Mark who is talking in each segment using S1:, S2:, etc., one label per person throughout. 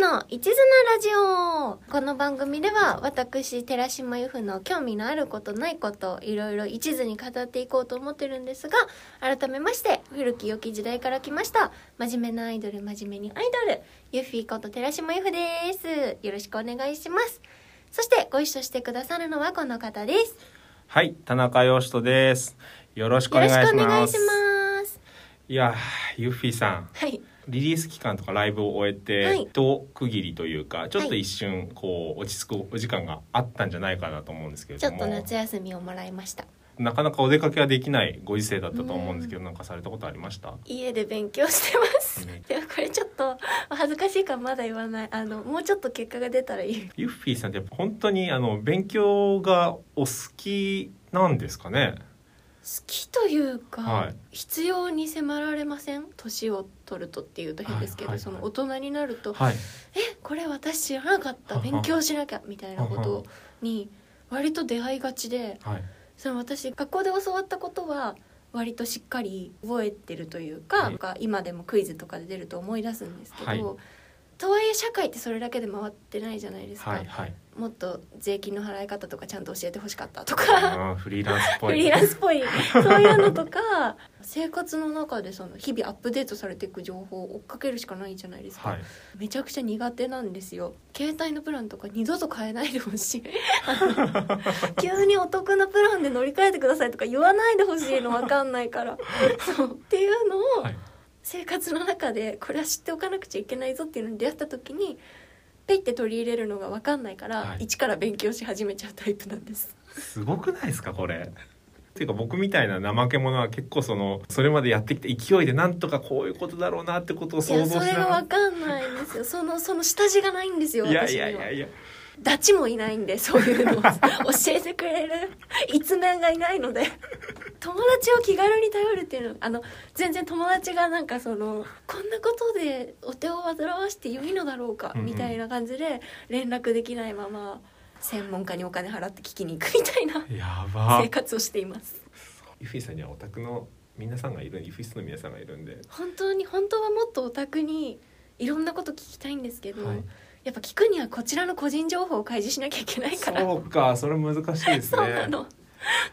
S1: の一途なラジオこの番組では私寺島由布の興味のあることないこといろいろ一途に語っていこうと思ってるんですが改めまして古き良き時代から来ました真面目なアイドル真面目にアイドルゆふいこと寺島由布ですよろしくお願いしますそしてご一緒してくださるのはこの方です
S2: はい、田中義人です。よろしくお
S1: よ
S2: 願
S1: ろ
S2: い
S1: しくお
S2: します。い
S1: 願いします
S2: やー、ユッフィーさん、
S1: はい
S2: リリース期間とかライブを終えて、
S1: はい
S2: 一区切りというか、ちょっと
S1: はい
S2: 一瞬こう落ち着くお時間があったんじゃないかなと思うんですけれ
S1: ちょ
S2: ど
S1: っ
S2: も、
S1: と夏休みをもらいました
S2: なかなかお出かけができないご時世だったと思うんですけど、なんかされたことありました？
S1: 家で勉強してます、
S2: うん
S1: でもこれちょっと恥ずかしいからまだ言わないあのもうちょっと結果が出たらいい
S2: ユッフィーさんってやっぱ本当にあの勉強がお好きなんですかね？
S1: 好きというか、
S2: はい
S1: 必要に迫られません年を取るとっていうと変ですけど、
S2: はいはいはい
S1: その大人になると、
S2: はい。
S1: えこれ私知らなかった
S2: はは
S1: 勉強しなきゃみたいなこ
S2: はは
S1: とに割と出会いがちで
S2: はい。
S1: その私学校で教わったことは割としっかり覚えてるというか,、
S2: はい
S1: なんか今でもクイズとかで出ると思い出すんですけど、
S2: はい
S1: とはいえ社会ってそれだけで回ってないじゃないですか、
S2: はい。はい。
S1: もっと税金の払い方とかちゃんと教えてほしかったと
S2: あ
S1: か。
S2: ーフリーランスっ ぽ
S1: フ
S2: い。
S1: リーランスっぽ いそういうのとか生活の中でその日々アップデートされていく情報を追っかけるしかないじゃないですか、
S2: はい。
S1: めちゃくちゃ苦手なんですよ携帯のプランとか二度と変えないでほし い急にお得なプランで乗り換えてくださいとか言わないでほしいの分かんないからそうっていうのを
S2: はい。
S1: 生活の中でこれは知っておかなくちゃいけないぞっていうのに出会った時にペイって取り入れるのが分かんないから、
S2: はい
S1: 一から勉強し始めちゃうタイプなんです
S2: すごくないですかこれ。っていうか僕みたいな怠け者は結構そのそれまでやってきた勢いでなんとかこういうことだろうなってことを
S1: い
S2: 想
S1: や
S2: 像し
S1: それ
S2: な
S1: が
S2: が
S1: 分かんないんですよそのその下地がないんですよ
S2: ら
S1: 私
S2: い
S1: には
S2: やいやいやいや
S1: ダチもいないんでそういう のを教えてくれる一面がいないので友達を気軽に頼るっていうのあの全然友達がなんかそのこんなことでお手を煩わして良いのだろうか
S2: うんうん
S1: みたいな感じで連絡できないまま専門家にお金払って聞きに行くみたいな
S2: やば
S1: 生活をしています
S2: イフィさんにはオタクの皆さんがいるイフィスの皆さんがいるんで、
S1: 本当に本当はもっとオタクにいろんなこと聞きたいんですけど、
S2: はい
S1: やっぱ聞くにはこちらの個人情報を開示しなきゃいけないから
S2: そうかそれ難しいで す
S1: そうな
S2: ね
S1: の。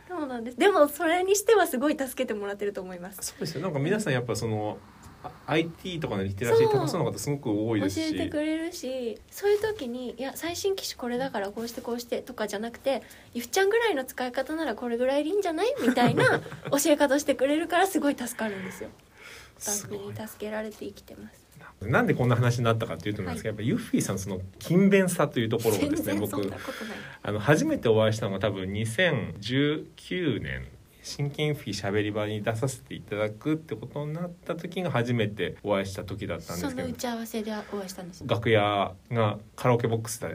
S1: そうなんです。でもそれにしてはすごい助けてもらってると思います。
S2: そうですよなんか皆さんやっぱそのあ IT とかのリテラシー高そうな方すごく多い
S1: 教
S2: です
S1: え
S2: して
S1: くれるし、そういう時にいや最新機種これだからこうしてこうしてとかじゃなくて、ゆふちゃんぐらいの使い方ならこれぐらいでいいんじゃないみたい な教え方してくれるからすごい助かるんですよ。ス
S2: す
S1: タッ
S2: ごい
S1: フに助けられて生きてます。
S2: なんでこんな話になったかっていうとなんですけど、やっぱユッフィーさんのその勤勉さというところを
S1: 全
S2: ですね
S1: 然そん
S2: 僕
S1: なことない。
S2: あの初めてお会いしたのが多分2019年新金フィしゃべり場に出させていただくってことになった時が初めてお会いした時だったんで
S1: そ
S2: すけ
S1: の
S2: ど
S1: 打ち合わせでお会いしたんです。
S2: 楽屋がカラオケボックスだっ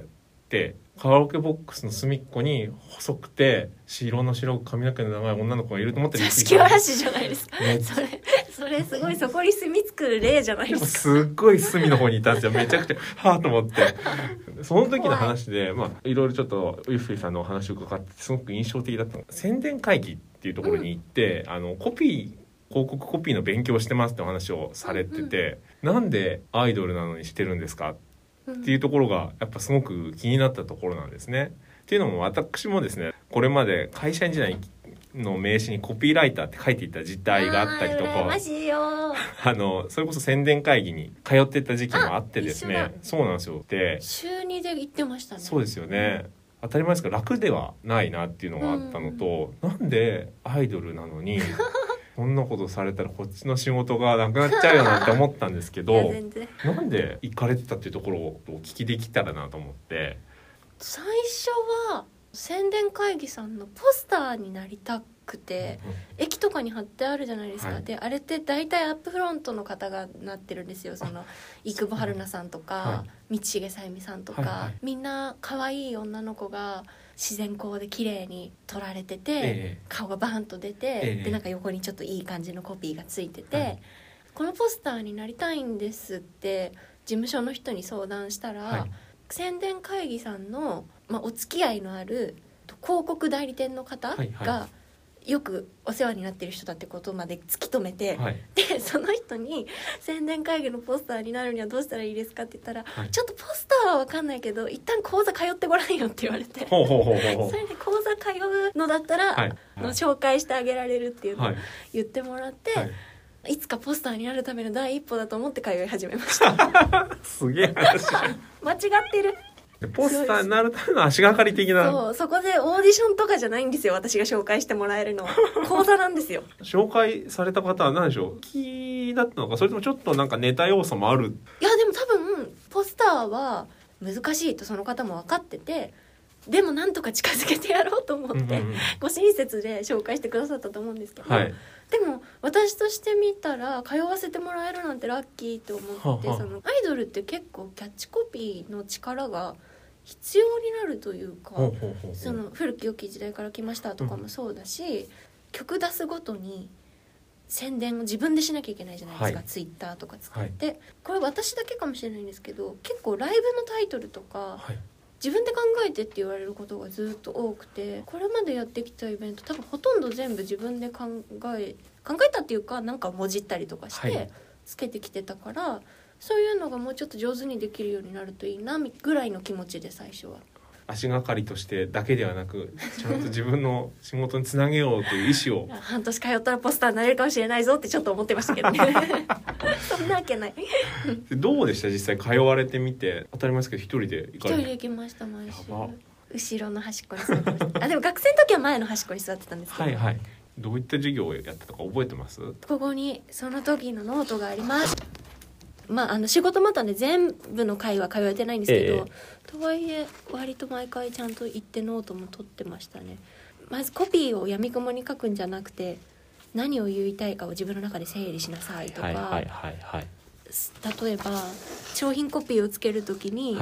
S2: てカラオケボックスの隅っこに細くて白の白く髪の毛の長い女の子がいると思ってびっく
S1: 座
S2: りし
S1: 敷わ
S2: た
S1: らしじゃないですか。
S2: めっちゃ
S1: それそれすごいそこに住み着く例じゃない
S2: で
S1: で
S2: も
S1: すか。
S2: すっごい隅の方にいたんですよめちゃくちゃ「はあ」と思 ってその時の話で、まあ、いろいろちょっとウイフィさんのお話を伺ってすごく印象的だったのが宣伝会議っていうところに行って、あのコピー広告コピーの勉強してますってお話をされてて、なんでアイドルなのにしてるんですかっ
S1: うん
S2: ていうところがやっぱすごく気になったところなんですね。っていうのも私もですねこれまで会社員時代の名刺にコピーライターって書いていた実態があったりと
S1: あー羨
S2: か
S1: ましいよ
S2: あのそれこそ宣伝会議に通ってた時期もあってです
S1: あ一緒だ
S2: ねそうなんですよで
S1: 週2で行ってましたね
S2: そうですよね、当たり前ですけど楽ではないなっていうのがあったのと、なんでアイドルな のにこんなことされたらこっちの仕事がなくなっちゃうよなって思ったんですけ
S1: いや
S2: ど
S1: 全然
S2: なんで行かれてたっていうところをお聞きできたらなと思って
S1: 最初は宣伝会議さんのポスターになりたくて駅とかに貼ってあるじゃないですか、
S2: はい
S1: であれって大体アップフロントの方がなってるんですよその生窪春菜さんとか、
S2: は
S1: 道重さゆみさんとか、
S2: はいはい
S1: みんな可愛い女の子が自然光で綺麗に撮られてて、
S2: ええ
S1: 顔がバーンと出て、
S2: ええ
S1: でなんか横にちょっといい感じのコピーがついてて、
S2: はい
S1: このポスターになりたいんですって事務所の人に相談したら、
S2: はい
S1: 宣伝会議さんの、まあ、お付き合いのある広告代理店の方が、
S2: はいは
S1: よくお世話になってる人だってことまで突き止めて、
S2: はい
S1: でその人に宣伝会議のポスターになるにはどうしたらいいですかって言ったら、
S2: はい
S1: ちょっとポスターは分かんないけど一旦講座通ってごらんよって言われて
S2: ほうほうほうほうほ
S1: それで講座通うのだったら、
S2: うはい
S1: あの紹介してあげられるっていうの
S2: は
S1: を
S2: い
S1: 言ってもらって、
S2: はい
S1: い、つかポスターになるための第一歩だと思って通い始めました
S2: すげえ話
S1: 間違ってる
S2: でポスターになるための足がかり的な
S1: そうそこでオーディションとかじゃないんですよ私が紹介してもらえ るのは講座なんですよ
S2: 紹介された方は何でしょう気だったのかそれともちょっとなんかネタ要素もある
S1: いやでも多分ポスターは難しいとその方も分かっててでもなんとか近づけてやろうと思って、
S2: うんうんうん
S1: ご親切で紹介してくださったと思うんですけど、
S2: はい
S1: でも私として見たら通わせてもらえるなんてラッキーと思って
S2: はあはあ
S1: そのアイドルって結構キャッチコピーの力が必要になるというか
S2: ほうほうほう
S1: その古き良き時代から来ましたとかもそうだし曲出すごとに宣伝を自分でしなきゃいけないじゃないですか、
S2: はい
S1: ツイッターとか使って、これ私だけかもしれないんですけど結構ライブのタイトルとか
S2: はい
S1: 自分で考えてって言われることがずっと多くてこれまでやってきたイベント多分ほとんど全部自分で考え考えたっていうかなんかもじったりとかし
S2: は
S1: て
S2: い
S1: つけてきてたから、そういうのがもうちょっと上手にできるようになるといいなみぐらいの気持ちで最初は。
S2: 足がかりとしてだけではなくちゃんと自分の仕事につなげようという意思を
S1: 半年通ったらポスターになれるかもしれないぞってちょっと思ってましたけ どねそんなわけない
S2: でどうでした実際通われてみて当たり前ですけど一人で行
S1: 一
S2: か
S1: 人
S2: れ
S1: で
S2: て
S1: 行きました毎週
S2: やば
S1: 後ろの端っこに座ってましたあでも学生の時は前の端っこに座ってたんですけど、
S2: はいはいどういった授業をやってたか覚えてます
S1: ここにその時のノートがありますまああの仕事またで全部の会は通えてないんですけど、
S2: え
S1: とはいえ割と毎回ちゃんと行ってノートも取ってましたねまずコピーをやみくもに書くんじゃなくて何を言いたいかを自分の中で整理しなさいとか、
S2: はいはい
S1: 例えば商品コピーをつけるときに、
S2: い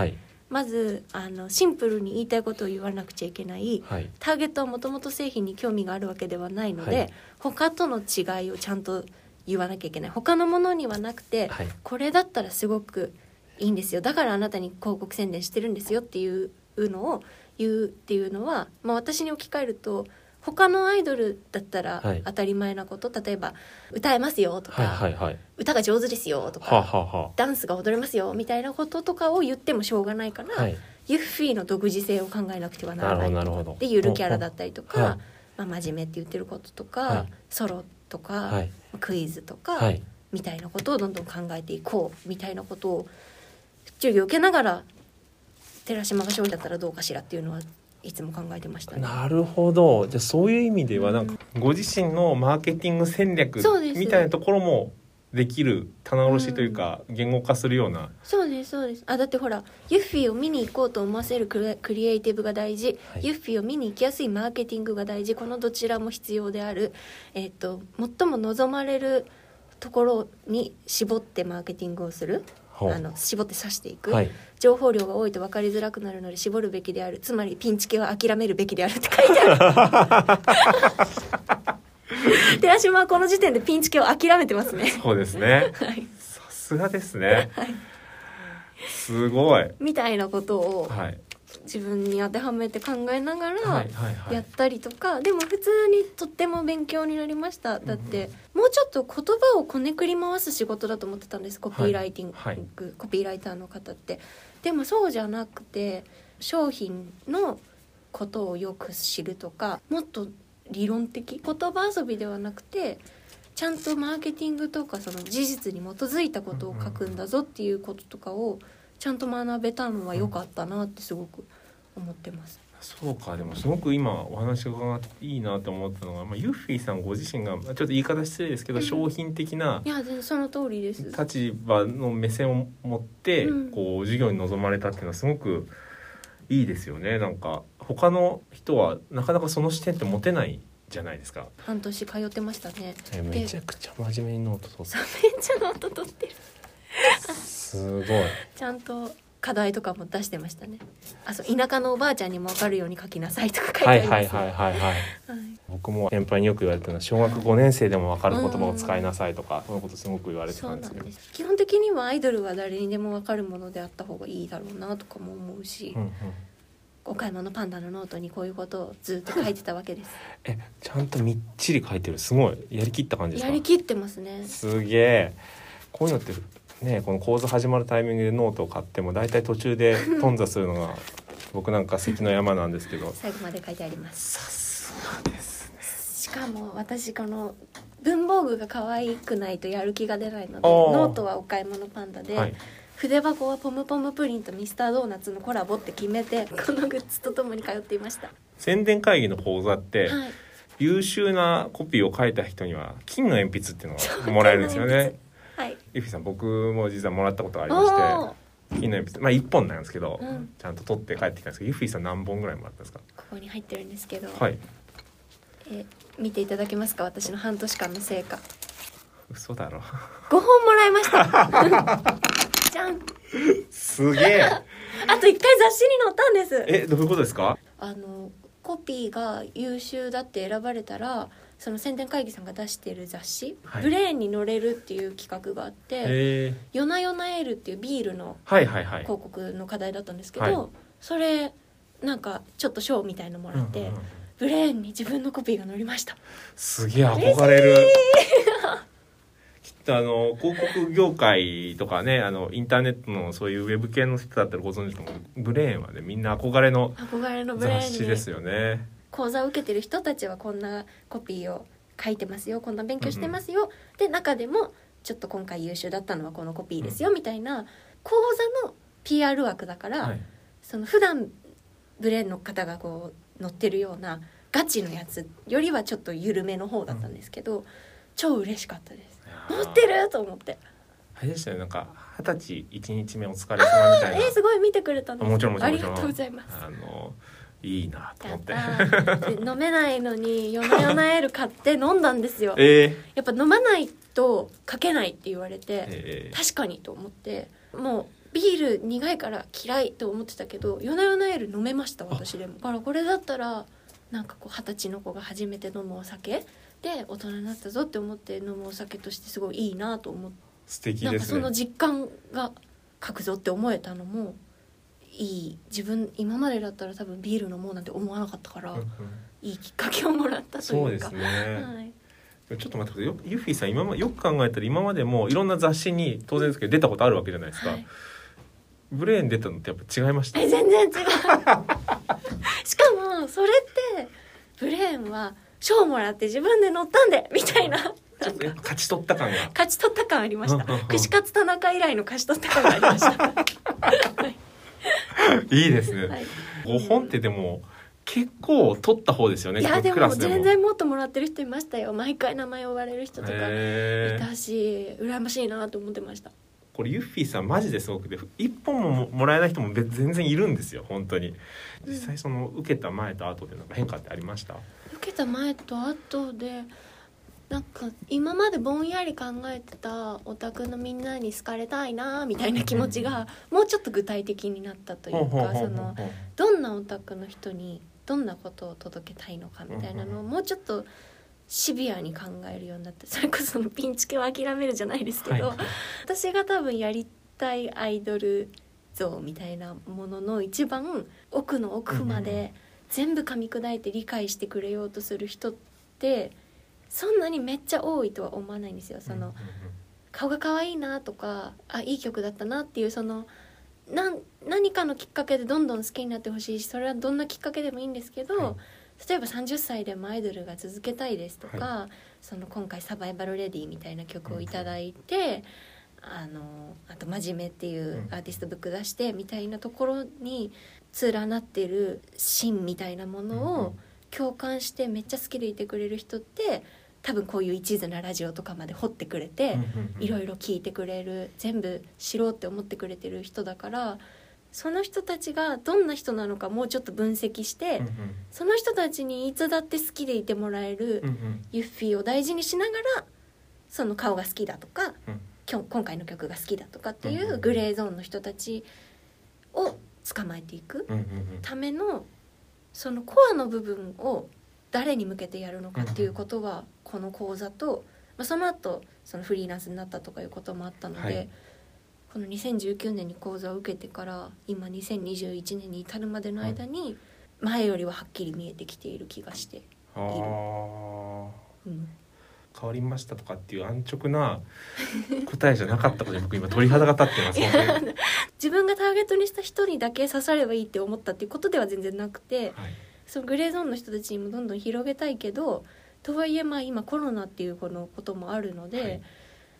S1: まずあのシンプルに言いたいことを言わなくちゃいけない
S2: はい
S1: ターゲットはもともと製品に興味があるわけではないので、
S2: はい
S1: 他との違いをちゃんと言わなきゃいけない他のものにはなくて、
S2: はい
S1: これだったらすごくいいんですよだからあなたに広告宣伝してるんですよっていうのを言うっていうのは、まあ、私に置き換えると他のアイドルだったら
S3: はい
S1: 当たり前なこと、例えば歌えますよとか、
S3: はいはいはい。
S1: 歌が上手ですよとか、
S3: はあ、はあは
S1: ダンスが踊れますよみたいなこととかを言ってもしょうがないから、
S3: あ、はい。
S1: ユッフィーの独自性を考えなくてはならない
S3: なるほどなるほど
S1: でゆるキャラだったりとか、
S3: ほうほう
S1: まあ、真面目って言ってることとか、
S3: はい
S1: ソロとか、
S3: はい
S1: クイズとか、
S3: はい。
S1: みたいなことをどんどん考えていこうみたいなことを授業を受けながら寺島が勝利だったらどうかしらっていうのはいつも考えてましたね。
S3: なるほど。じゃあそういう意味ではなんか、
S2: ご自身のマーケティング戦略
S1: そうです
S2: みたいなところもできる棚卸しというか言語化するような、
S1: そうですそうですあだってほらユッフィーを見に行こうと思わせるクリエクリエイティブが大事、
S3: はい
S1: ユッフィーを見に行きやすいマーケティングが大事このどちらも必要である、えっと最も望まれるところに絞ってマーケティングをする
S3: ほう
S1: あの絞って指していく、
S3: はい。
S1: 情報量が多いと分かりづらくなるので絞るべきであるつまりピンチ系は諦めるべきであるって書いてあ る寺島はこの時点でピンチ系を諦めてますね
S2: そうですね
S1: はい
S2: さすがですね、すごい
S1: みたいなことを
S2: はい
S1: 自分に当てはめて考えなが
S2: は
S1: ら
S2: いはいは
S1: やっ
S2: い
S1: たりとか、でも普通にとっても勉強になりましただって、もうちょっと言葉をこねくり回す仕事だと思ってたんですコピーライティング、
S2: はいはい
S1: コピーライターの方ってでもそうじゃなくて商品のことをよく知るとかもっと理論的言葉遊びではなくてちゃんとマーケティングとかその事実に基づいたことを書くんだぞっていうこととかをちゃんと学べたのは良かったなってすごく思ってます。
S2: そうかでもすごく今お話が伺っていいなと思ったのが、まあ、ユッフィーさんご自身がまあちょっと言い方失礼ですけど、
S1: うん
S2: 商品的ない
S1: や全然その通りです。
S2: 立場の目線を持って、
S1: うん
S2: こう授業に臨まれたっていうのはすごくいいですよねなんか他の人はなかなかその視点って持てないじゃないですか
S1: 半年通ってましたね。
S3: えめちゃくちゃ真面目にノート取っ
S1: そうめっちゃノート取ってる。
S3: て。すごい。は
S1: ちゃんと課題とかも出してましたね。あそう田舎のおばあちゃんにもわかるように書きなさいとか書いてあ
S3: い
S1: り
S3: は
S1: ま
S3: い
S1: す、
S3: はい
S1: ね。
S3: はいはい。
S1: はい。
S3: 僕も先輩によく言われたのは小学5年生でも分かる言葉を使いなさいとかそのことすごく言われて
S1: そ
S3: た
S1: うん
S3: で
S1: な
S3: す
S1: ん
S3: けど
S1: です。基本的にはアイドルは誰にでもわかるものであった方がいいだろうなとかも思うし、
S3: うんうん
S1: お買い物パンダのノートにこういうことをずっと書いてたわけです
S3: えちゃんとみっちり書いてるすごいやりきった感じです
S1: や
S3: か
S1: りきってますね
S3: すげえこういうのってねこの講座始まるタイミングでノートを買っても大体途中で頓挫するの が僕なんか関の山なんですけど
S1: 最後まで書いてあります
S3: さすがですね
S1: しかも私この文房具が可愛くないとやる気が出ないので
S3: あー
S1: ノートはお買い物パンダで、
S3: はい
S1: 筆箱はポムポムプリンとミスタードーナツのコラボって決めてこのグッズとともに通っていました、
S2: 宣伝会議の講座って、
S1: はい
S2: 優秀なコピーを書いた人には金の鉛筆っていうのがもらえるんですよね。
S1: はい
S2: ゆフィさん僕も実はもらったことがありまして
S1: おお
S2: 金の鉛筆まあ1本なんですけど、
S1: うん
S2: ちゃんと取って帰ってきたんですけどゆフィさん何本ぐらいもらったんですか
S1: ここに入ってるんですけど、
S2: はい
S1: え見ていただけますか私の半年間の成果
S2: 嘘だろ
S1: 5本もらいました じゃん
S2: すげえ
S1: あと1回雑誌に載ったんです
S2: えどういうことですか
S1: あのコピーが優秀だって選ばれたらその宣伝会議さんが出してる雑誌「
S2: はい
S1: ブレーンに乗れる」っていう企画があって
S2: え
S1: 「夜な夜なエール」っていうビールの
S2: ー、はいはいはい
S1: 広告の課題だったんですけど、
S2: は
S1: それなんかちょっと賞みたいのもらって、
S2: うんうんうん
S1: ブレーンに自分のコピーが載りました
S2: すげえ憧れるきっとあの広告業界とかねあのインターネットのそういうウェブ系の人だったらご存知のブレーンはねみんな憧れの
S1: 憧れのブレ
S2: 雑誌
S1: ーン
S2: で
S1: に
S2: すよね
S1: 講座を受けてる人たちはこんなコピーを書いてますよこんな勉強してますよ、で中でもちょっと今回優秀だったのはこのコピーですよ、みたいな講座の PR 枠だから、
S2: はい
S1: その普段ブレーンの方がこう乗ってるようなガチのやつよりはちょっと緩めの方だったんですけど、超嬉しかったです乗ってると思って
S2: あれでしたよなんか二十歳一日目お疲れ様みたいな
S1: えー、すごい見てくれたんです
S2: もちろんもちろんもちろん
S1: ありがとうございます
S2: あのいいなと
S1: や
S2: 思っ
S1: ってたーで飲めないのに夜な夜なエール買って飲んだんですよ
S2: えー、
S1: やっぱ飲まないと書けないって言われて
S2: え
S1: 確かにと思ってもうビール苦いから嫌いと思ってたけど夜な夜なエール飲めました私でもだからこれだったらなんかこう二十歳の子が初めて飲むお酒で大人になったぞって思って飲むお酒としてすごいいいなと思って
S2: ー、素敵
S1: なん
S2: で
S1: か
S2: す
S1: そ
S2: ね
S1: の実感が書くぞって思えたのもいい自分今までだったら多分ビール飲もうなんて思わなかったから、
S2: うんうん
S1: いいきっかけをもらったと
S2: そう
S1: いう
S2: で
S1: か
S2: すね、
S1: はい、
S2: ちょっと待ってくださいよユッフィーさん今まよく考えたら今までもいろんな雑誌に当然ですけど出たことあるわけじゃないですか、
S1: はい
S2: ブレーン出たのってやっぱ違いました
S1: え全然違う しかもそれってブレーンは賞もらって自分で乗ったんでみたいな
S2: ちょっとやっぱ勝ち取った感が
S1: 勝ち取った感ありました
S2: うんうんうん
S1: 串カツ田中以来の勝ち取った感がありました
S2: いいですね、
S1: はい
S2: 五本ってでも結構取った方ですよね
S1: いやで
S2: ク
S1: も
S2: ラスでも
S1: 全然もっともらってる人いましたよ毎回名前呼ばれる人とかい
S2: へー
S1: たし羨ましいなと思ってました
S2: これユッフィーさんマジですごくて一本ももらえない人も別全然いるんですよ本当に
S1: うん
S2: 実際その受けた前と後でなんか変化ってありました、
S1: 受けた前と後でなんか今までぼんやり考えてたオタクのみんなに好かれたいなみたいな気持ちがもうちょっと具体的になったとい
S2: ほ
S1: う
S2: ほ
S1: かそ
S2: ほほ
S1: のどんなオタクの人にどんなことを届けたいのかみたいなのを
S2: うんう
S1: もうちょっとシビアに考えるようになってそれこそのピンチ系を諦めるじゃないですけど、
S2: はい
S1: 私が多分やりたいアイドル像みたいなものの一番奥の奥ま
S2: うんうんう
S1: で全部噛み砕いて理解してくれようとする人ってそんなにめっちゃ多いとは思わないんですよ。その、
S2: うんうんうん
S1: 顔が可愛いなとかあいい曲だったなっていうそのなん何かのきっかけでどんどん好きになってほしいしそれはどんなきっかけでもいいんですけど、
S2: はい
S1: 例えば30歳でもアイドルが続けたいですとか、その今回「サバイバルレディ」みたいな曲をいただいて、あのあと「真面目」っていうアーティストブック出してみたいなところに連なってる芯みたいなものを。
S2: うんうん
S1: 共感してめっちゃ好きでいてくれる人って多分こういう一途なラジオとかまで掘ってくれて、いろいろ聞いてくれる全部知ろうって思ってくれてる人だからその人たちがどんな人なのかもうちょっと分析して、
S2: うん
S1: その人たちにいつだって好きでいてもらえる
S2: うんうん
S1: ユッフィーを大事にしながらその顔が好きだとか
S2: うん
S1: きょ今回の曲が好きだとかってい
S2: うんう
S1: うんグレーゾーンの人たちを捕まえていく
S2: うんうんうん
S1: ためのそのコアの部分を誰に向けてやるのかっていうことはこの講座と、まあ、その後そのフリーランスになったとかいうこともあったので、
S2: はい
S1: この2019年に講座を受けてから今2021年に至るまでの間に前よりははっきり見えてきている気がして、
S2: あー
S1: うん、
S2: 変わりましたとかっていう安直な答えじゃなかったことに僕今鳥肌が立ってます本当に
S1: 自分がターゲットにした人にだけ刺さればいいって思ったっていうことでは全然なくて
S2: はい
S1: そのグレーゾーンの人たちにもどんどん広げたいけどとはいえまあ今コロナっていうこのこともあるので、
S2: はい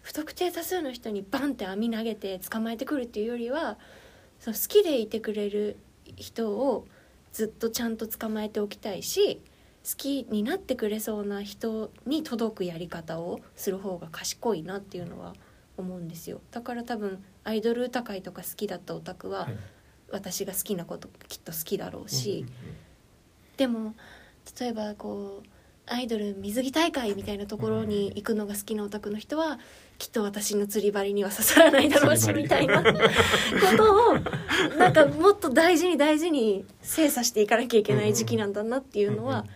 S1: 不特定多数の人にバンって網投げて捕まえてくるっていうよりはその好きでいてくれる人をずっとちゃんと捕まえておきたいし好きになってくれそうな人に届くやり方をする方が賢いなっていうのは思うんですよだから多分アイドル歌会とか好きだったオタクは、
S2: はい
S1: 私が好きなこときっと好きだろうし。
S2: うんうんうん
S1: でも例えばこうアイドル水着大会みたいなところに行くのが好きなオタクの人はきっと私の釣り針には刺さらないだろうし
S2: 釣り
S1: みた
S2: 針
S1: い なことをなんかもっと大事に大事に精査していかなきゃいけない時期なんだなっていうの
S2: う
S1: は
S2: ん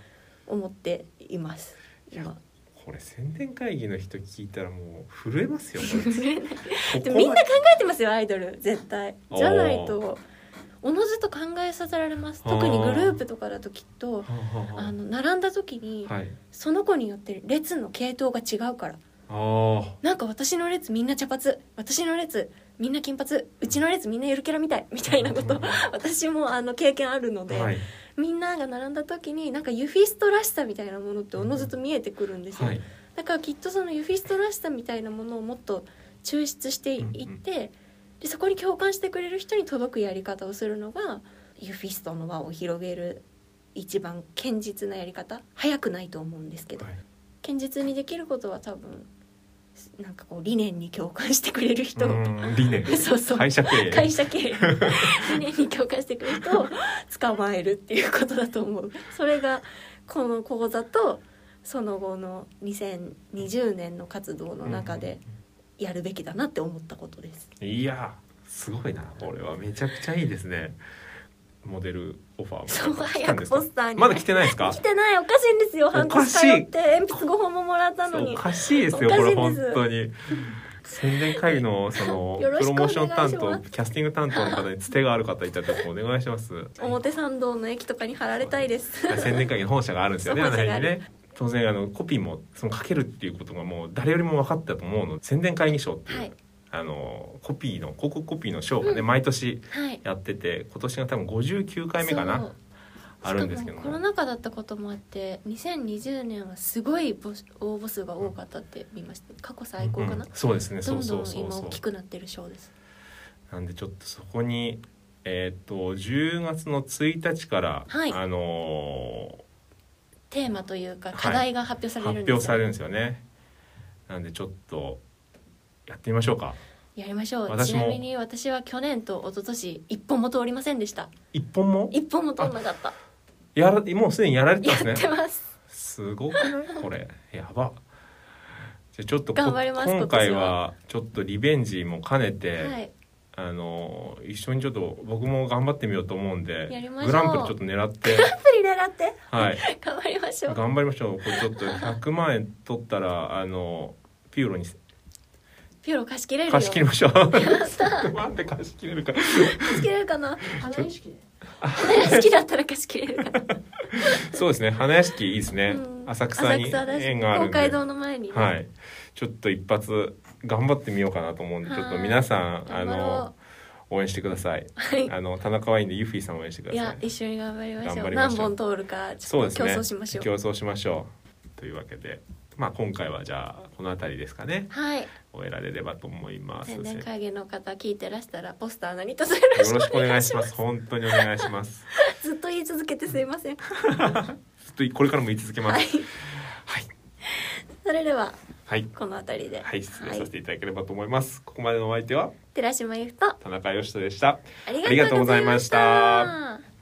S1: 思っています。今
S2: これ宣伝会議の人聞いたらもう震えますよ。 これ
S1: で
S2: こ
S1: みんな考
S2: こまで
S1: えてますよアイドル絶対じゃないとおのずと考えさせられます
S2: あー
S1: 特にグループとかだときっと
S2: はあはあはあ
S1: あの並んだ時に
S2: はい。
S1: その子によって列の系統が違うから
S2: あ
S1: なんか私の列みんな茶髪私の列みんな金髪うちの列みんなゆるキャラみたいみたいなこと私もあの経験あるの
S2: あ。
S1: で、
S2: はい。
S1: みんなが並んだ時になんかユフィストらしさみたいなものっておのずと見えてくるんですよ、
S2: はい。
S1: だからきっとそのユフィストらしさみたいなものをもっと抽出していって、でそこに共感してくれる人に届くやり方をするのがユフィストの輪を広げる一番堅実なやり方早くないと思うんですけど。
S2: はい
S1: 堅実にできることは多分なんかこう理念に共感してくれる人
S2: うーん理念。
S1: そうそう
S2: 会社経営。
S1: 会社経営理念に共感してくれる人を捕まえるっていうことだと思うそれがこの講座とその後の2020年の活動の中でやるべきだなって思ったことです、
S2: いやーすごいな。これはめちゃくちゃいいですね。モデルオファーも
S1: そう
S2: 来
S1: 早
S2: たんで
S1: く
S2: すか
S1: ポスターに
S2: まだ来てないですか
S1: 来。てないおかしいんですよ半
S2: おか
S1: 年
S2: しい
S1: 通って鉛筆5本ももらったの
S2: お
S1: に
S2: かしいですよ。
S1: おか
S2: こ
S1: しい
S2: れ
S1: ん
S2: 本
S1: です
S2: 当に。宣伝会議のその
S1: よろし
S2: プ
S1: く
S2: ロ
S1: お願
S2: モー
S1: いし
S2: シ
S1: ま
S2: ョ
S1: す
S2: ン担当キャスティング担当の方につてがある方いたらちょっとお願いします。
S1: 表参道の駅とかに貼られたいです
S2: 宣伝会議の本社があるんですよね、
S1: そ
S2: あ
S1: う
S2: の辺に
S1: 本社
S2: ね。当然あのコピーもその書けるっていうことがもう誰よりも分かったと思うので宣伝会議賞っていう、
S1: はい
S2: あのコピーの広告コピーの賞がね、毎年
S1: はい
S2: やってて今年が多分59回目か
S1: そ
S2: な
S1: う
S2: あるんですけど
S1: しかもコロ
S2: も
S1: ナ禍だったこともあって2020年はすごい募集応募数が多かったって見ました過去最高かな、
S2: うんそうですね
S1: ど
S2: そうん
S1: ど
S2: そ
S1: ん
S2: うそう
S1: 今
S2: そ
S1: 大
S2: う
S1: きくなってる賞です
S2: なんでちょっとそこにえっ、と10月の1日から、
S1: はい
S2: あの
S1: テーマというか
S2: はい
S1: 課題が発表
S2: ー
S1: されるんで
S2: 発
S1: すよ、
S2: 表されるんですよねなんでちょっとやってみましょうか
S1: やりましょう
S2: 私
S1: ち
S2: も
S1: なみに私は去年と一昨年一本も通りませんでした
S2: 一本も
S1: 一本も通んなかった
S2: やらもうすでにやられてたん
S1: やっ
S2: ですね
S1: てます
S2: すごくないこれやばじゃあちょっとこ
S1: 頑張ります
S2: 今回
S1: 今年
S2: はちょっとリベンジも兼ねて、
S1: はい
S2: あの一緒にちょっと僕も頑張ってみようと思うんで
S1: やりましょう
S2: グランプリちょっと狙って
S1: アプリ狙って
S2: はい
S1: 頑張りましょう
S2: 頑張りましょうこれちょっと100万円取ったらあのピューロに
S1: ピュロ貸し切れるよ
S2: 貸し切 り
S1: 貸
S2: ましょう 100万で貸し切れるか
S1: し切れるかな
S4: 花意識で
S1: 好きだったら貸し切れるかな
S2: そうですね花屋敷いいですね、
S1: うん
S2: 浅草に
S1: だし
S2: 縁があるん
S1: 公
S2: で
S1: 会堂の前にね、
S2: はい、ちょっと一発頑張ってみようかなと思うんで、
S1: はい
S2: ちょっと皆さんあ
S1: 頑張ろ
S2: の応援してください。
S1: はい
S2: あの田中ワインでユフィさんを応援してく
S1: い
S2: ださ
S1: や
S2: い。
S1: 一緒に頑張りましょう
S2: 頑張りま
S1: 何
S2: しょう
S1: 本通るかち
S2: そ
S1: ょ
S2: う
S1: っ
S2: で
S1: と競
S2: すね。
S1: 争しましょう
S2: 競争しましょうというわけで、まあ今回はじゃあこの辺りですかね。
S1: はい
S2: 終えられればと思います。
S1: 宣
S2: よ
S1: 伝
S2: ろ
S1: 会議の方聞いてらしたらポスター何とぞよろ
S2: し
S1: し
S2: く
S1: く
S2: お
S1: お
S2: 願
S1: 願
S2: い
S1: い
S2: し
S1: し
S2: ま。
S1: ますす
S2: 本当にお願いします。
S1: ずっと言い続けてすいません
S2: ずっとこれからも言い続けま
S1: はい
S2: す。はい。
S1: それでは
S2: はい。
S1: この辺りで
S2: はい、失礼
S1: は
S2: さ
S1: い
S2: せていただければと思います。ここまでのお相手は
S1: 寺島由布と
S2: 田中義人でした。
S1: あ
S2: ありがとうございました
S1: りがとうございました